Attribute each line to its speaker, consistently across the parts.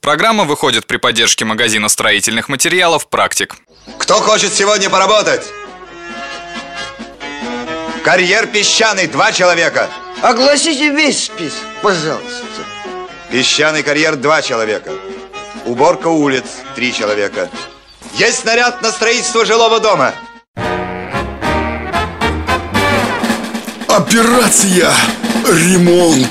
Speaker 1: Программа выходит при поддержке магазина строительных материалов «Практик».
Speaker 2: Кто хочет сегодня поработать? Карьер песчаный, два человека.
Speaker 3: Огласите весь список, пожалуйста.
Speaker 2: Песчаный карьер, два человека. Уборка улиц, три человека. Есть снаряд на строительство жилого дома.
Speaker 4: Операция «Ремонт».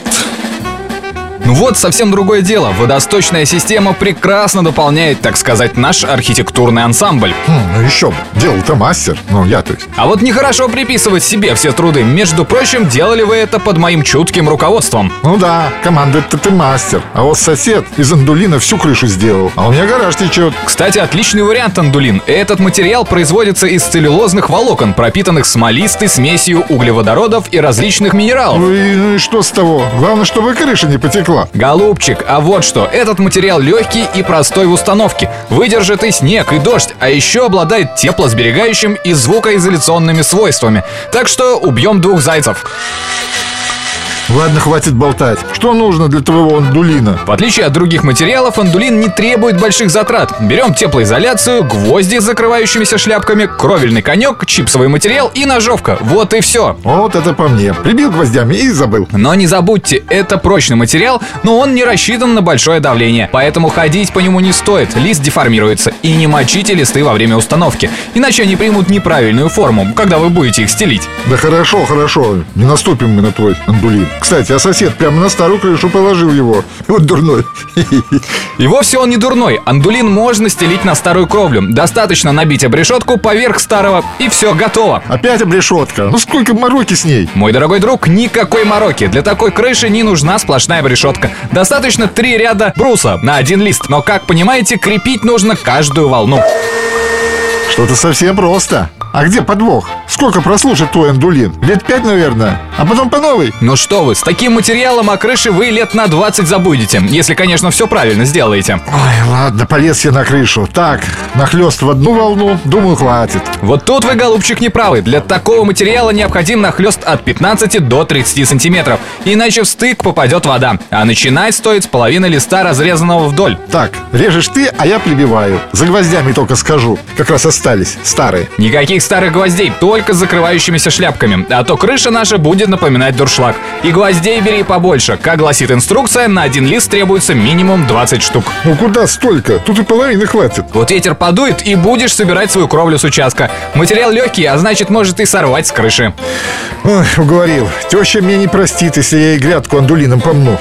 Speaker 1: Ну вот совсем другое дело. Водосточная система прекрасно дополняет, так сказать, наш архитектурный ансамбль.
Speaker 5: Хм, ну еще бы. Дело-то мастер. Ну, я то есть.
Speaker 1: А вот нехорошо приписывать себе все труды. Между прочим, делали вы это под моим чутким руководством.
Speaker 5: Ну да, команда это ты мастер. А вот сосед из андулина всю крышу сделал. А у меня гараж течет.
Speaker 1: Кстати, отличный вариант андулин. Этот материал производится из целлюлозных волокон, пропитанных смолистой смесью углеводородов и различных минералов.
Speaker 5: Ну и, ну и что с того? Главное, чтобы крыша не потекла.
Speaker 1: Голубчик, а вот что, этот материал легкий и простой в установке. Выдержит и снег, и дождь, а еще обладает теплосберегающим и звукоизоляционными свойствами. Так что убьем двух зайцев.
Speaker 5: Ладно, хватит болтать. Что нужно для твоего андулина?
Speaker 1: В отличие от других материалов, андулин не требует больших затрат. Берем теплоизоляцию, гвозди с закрывающимися шляпками, кровельный конек, чипсовый материал и ножовка. Вот и все.
Speaker 5: Вот это по мне. Прибил гвоздями и забыл.
Speaker 1: Но не забудьте, это прочный материал, но он не рассчитан на большое давление. Поэтому ходить по нему не стоит, лист деформируется. И не мочите листы во время установки, иначе они примут неправильную форму, когда вы будете их стелить.
Speaker 5: Да хорошо, хорошо. Не наступим мы на твой андулин. Кстати, а сосед прямо на старую крышу положил его. Вот дурной.
Speaker 1: И вовсе он не дурной. Андулин можно стелить на старую кровлю. Достаточно набить обрешетку поверх старого, и все, готово.
Speaker 5: Опять обрешетка. Ну сколько мороки с ней?
Speaker 1: Мой дорогой друг, никакой мороки. Для такой крыши не нужна сплошная решетка. Достаточно три ряда бруса на один лист. Но, как понимаете, крепить нужно каждую волну.
Speaker 5: Что-то совсем просто. А где подвох? Сколько прослужит твой андулин? Лет пять, наверное. А потом по новой.
Speaker 1: Ну что вы, с таким материалом о крыше вы лет на 20 забудете. Если, конечно, все правильно сделаете.
Speaker 5: Ой, ладно, полез я на крышу. Так, нахлест в одну волну, думаю, хватит.
Speaker 1: Вот тут вы, голубчик, не правы. Для такого материала необходим нахлест от 15 до 30 сантиметров. Иначе в стык попадет вода. А начинать стоит с половины листа, разрезанного вдоль.
Speaker 5: Так, режешь ты, а я прибиваю. За гвоздями только скажу. Как раз остались, старые.
Speaker 1: Никаких старых гвоздей, только с закрывающимися шляпками. А то крыша наша будет напоминать дуршлаг. И гвоздей бери побольше. Как гласит инструкция, на один лист требуется минимум 20 штук.
Speaker 5: Ну куда столько? Тут и половины хватит.
Speaker 1: Вот ветер подует, и будешь собирать свою кровлю с участка. Материал легкий, а значит, может и сорвать с крыши.
Speaker 5: Ой, уговорил. Теща меня не простит, если я ей грядку андулином помну.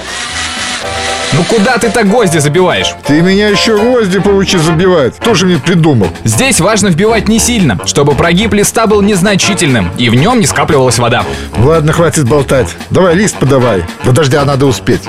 Speaker 1: Ну куда ты так гвозди забиваешь?
Speaker 5: Ты меня еще гвозди получи забивать. Тоже мне придумал.
Speaker 1: Здесь важно вбивать не сильно, чтобы прогиб листа был незначительным и в нем не скапливалась вода.
Speaker 5: Ладно, хватит болтать. Давай лист подавай. До дождя надо успеть.